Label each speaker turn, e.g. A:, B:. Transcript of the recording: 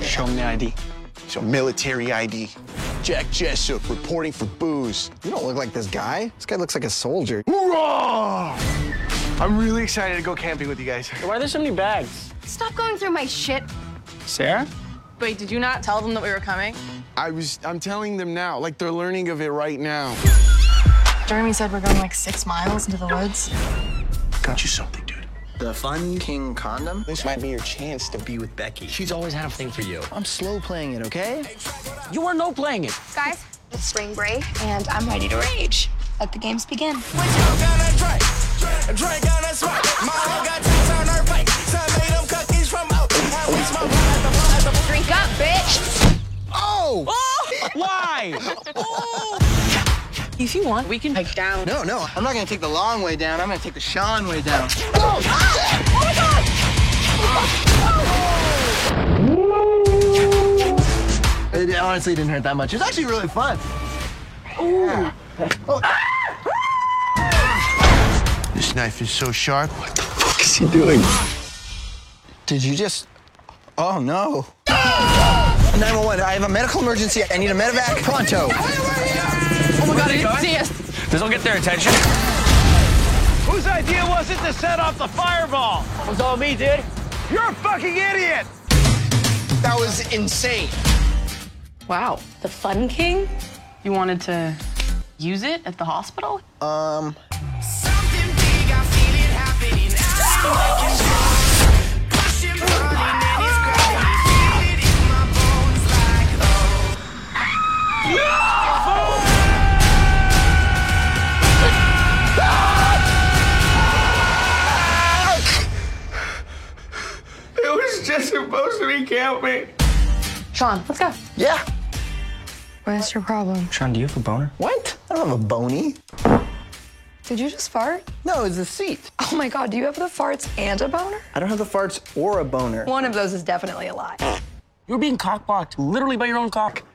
A: Show him the ID.
B: So military ID. Jack Jessup reporting for booze.
C: You don't look like this guy. This guy looks like a soldier.
B: Hoorah!
D: I'm really excited to go camping with you guys.
A: Why are there so many bags?
E: Stop going through my shit.
A: Sarah?
F: Wait, did you not tell them that we were coming?
D: I was, I'm telling them now, like they're learning of it right now.
F: Jeremy said we're going like six miles into the woods.
B: Got you something, dude.
G: The Fun King condom?
B: This might be your chance to be with Becky.
G: She's always had a thing for you. I'm slow playing it, okay?
A: You are no playing it.
E: Guys, it's spring break and I'm ready to rage. Let the games begin. Drink up, bitch!
A: Why?
F: If you want, we can hike down.
G: No, no, I'm not gonna take the long way down. I'm gonna take the Sean way down. It honestly didn't hurt that much. It was actually really fun.
B: This knife is so sharp.
G: Did you just? Oh no. 911, I have a medical emergency. I need a medevac pronto.
D: Oh
A: This will get their attention.
D: Whose idea was it to set off the fireball?
A: That was all me, dude.
D: You're a fucking idiot!
G: That was insane.
F: Wow.
H: The Fun King?
F: You wanted to use it at the hospital?
G: Um,
D: It was just supposed to be camping.
F: Sean, let's go.
G: yeah.
F: What's your problem?
A: Sean, do you have a boner?
G: What? I don't have a bony.
E: Did you just fart?
G: No, it's a seat.
E: Oh my god, do you have the farts and a boner?
G: I don't have the farts or a boner.
E: One of those is definitely a lie.
A: You were being cockblocked, literally by your own cock.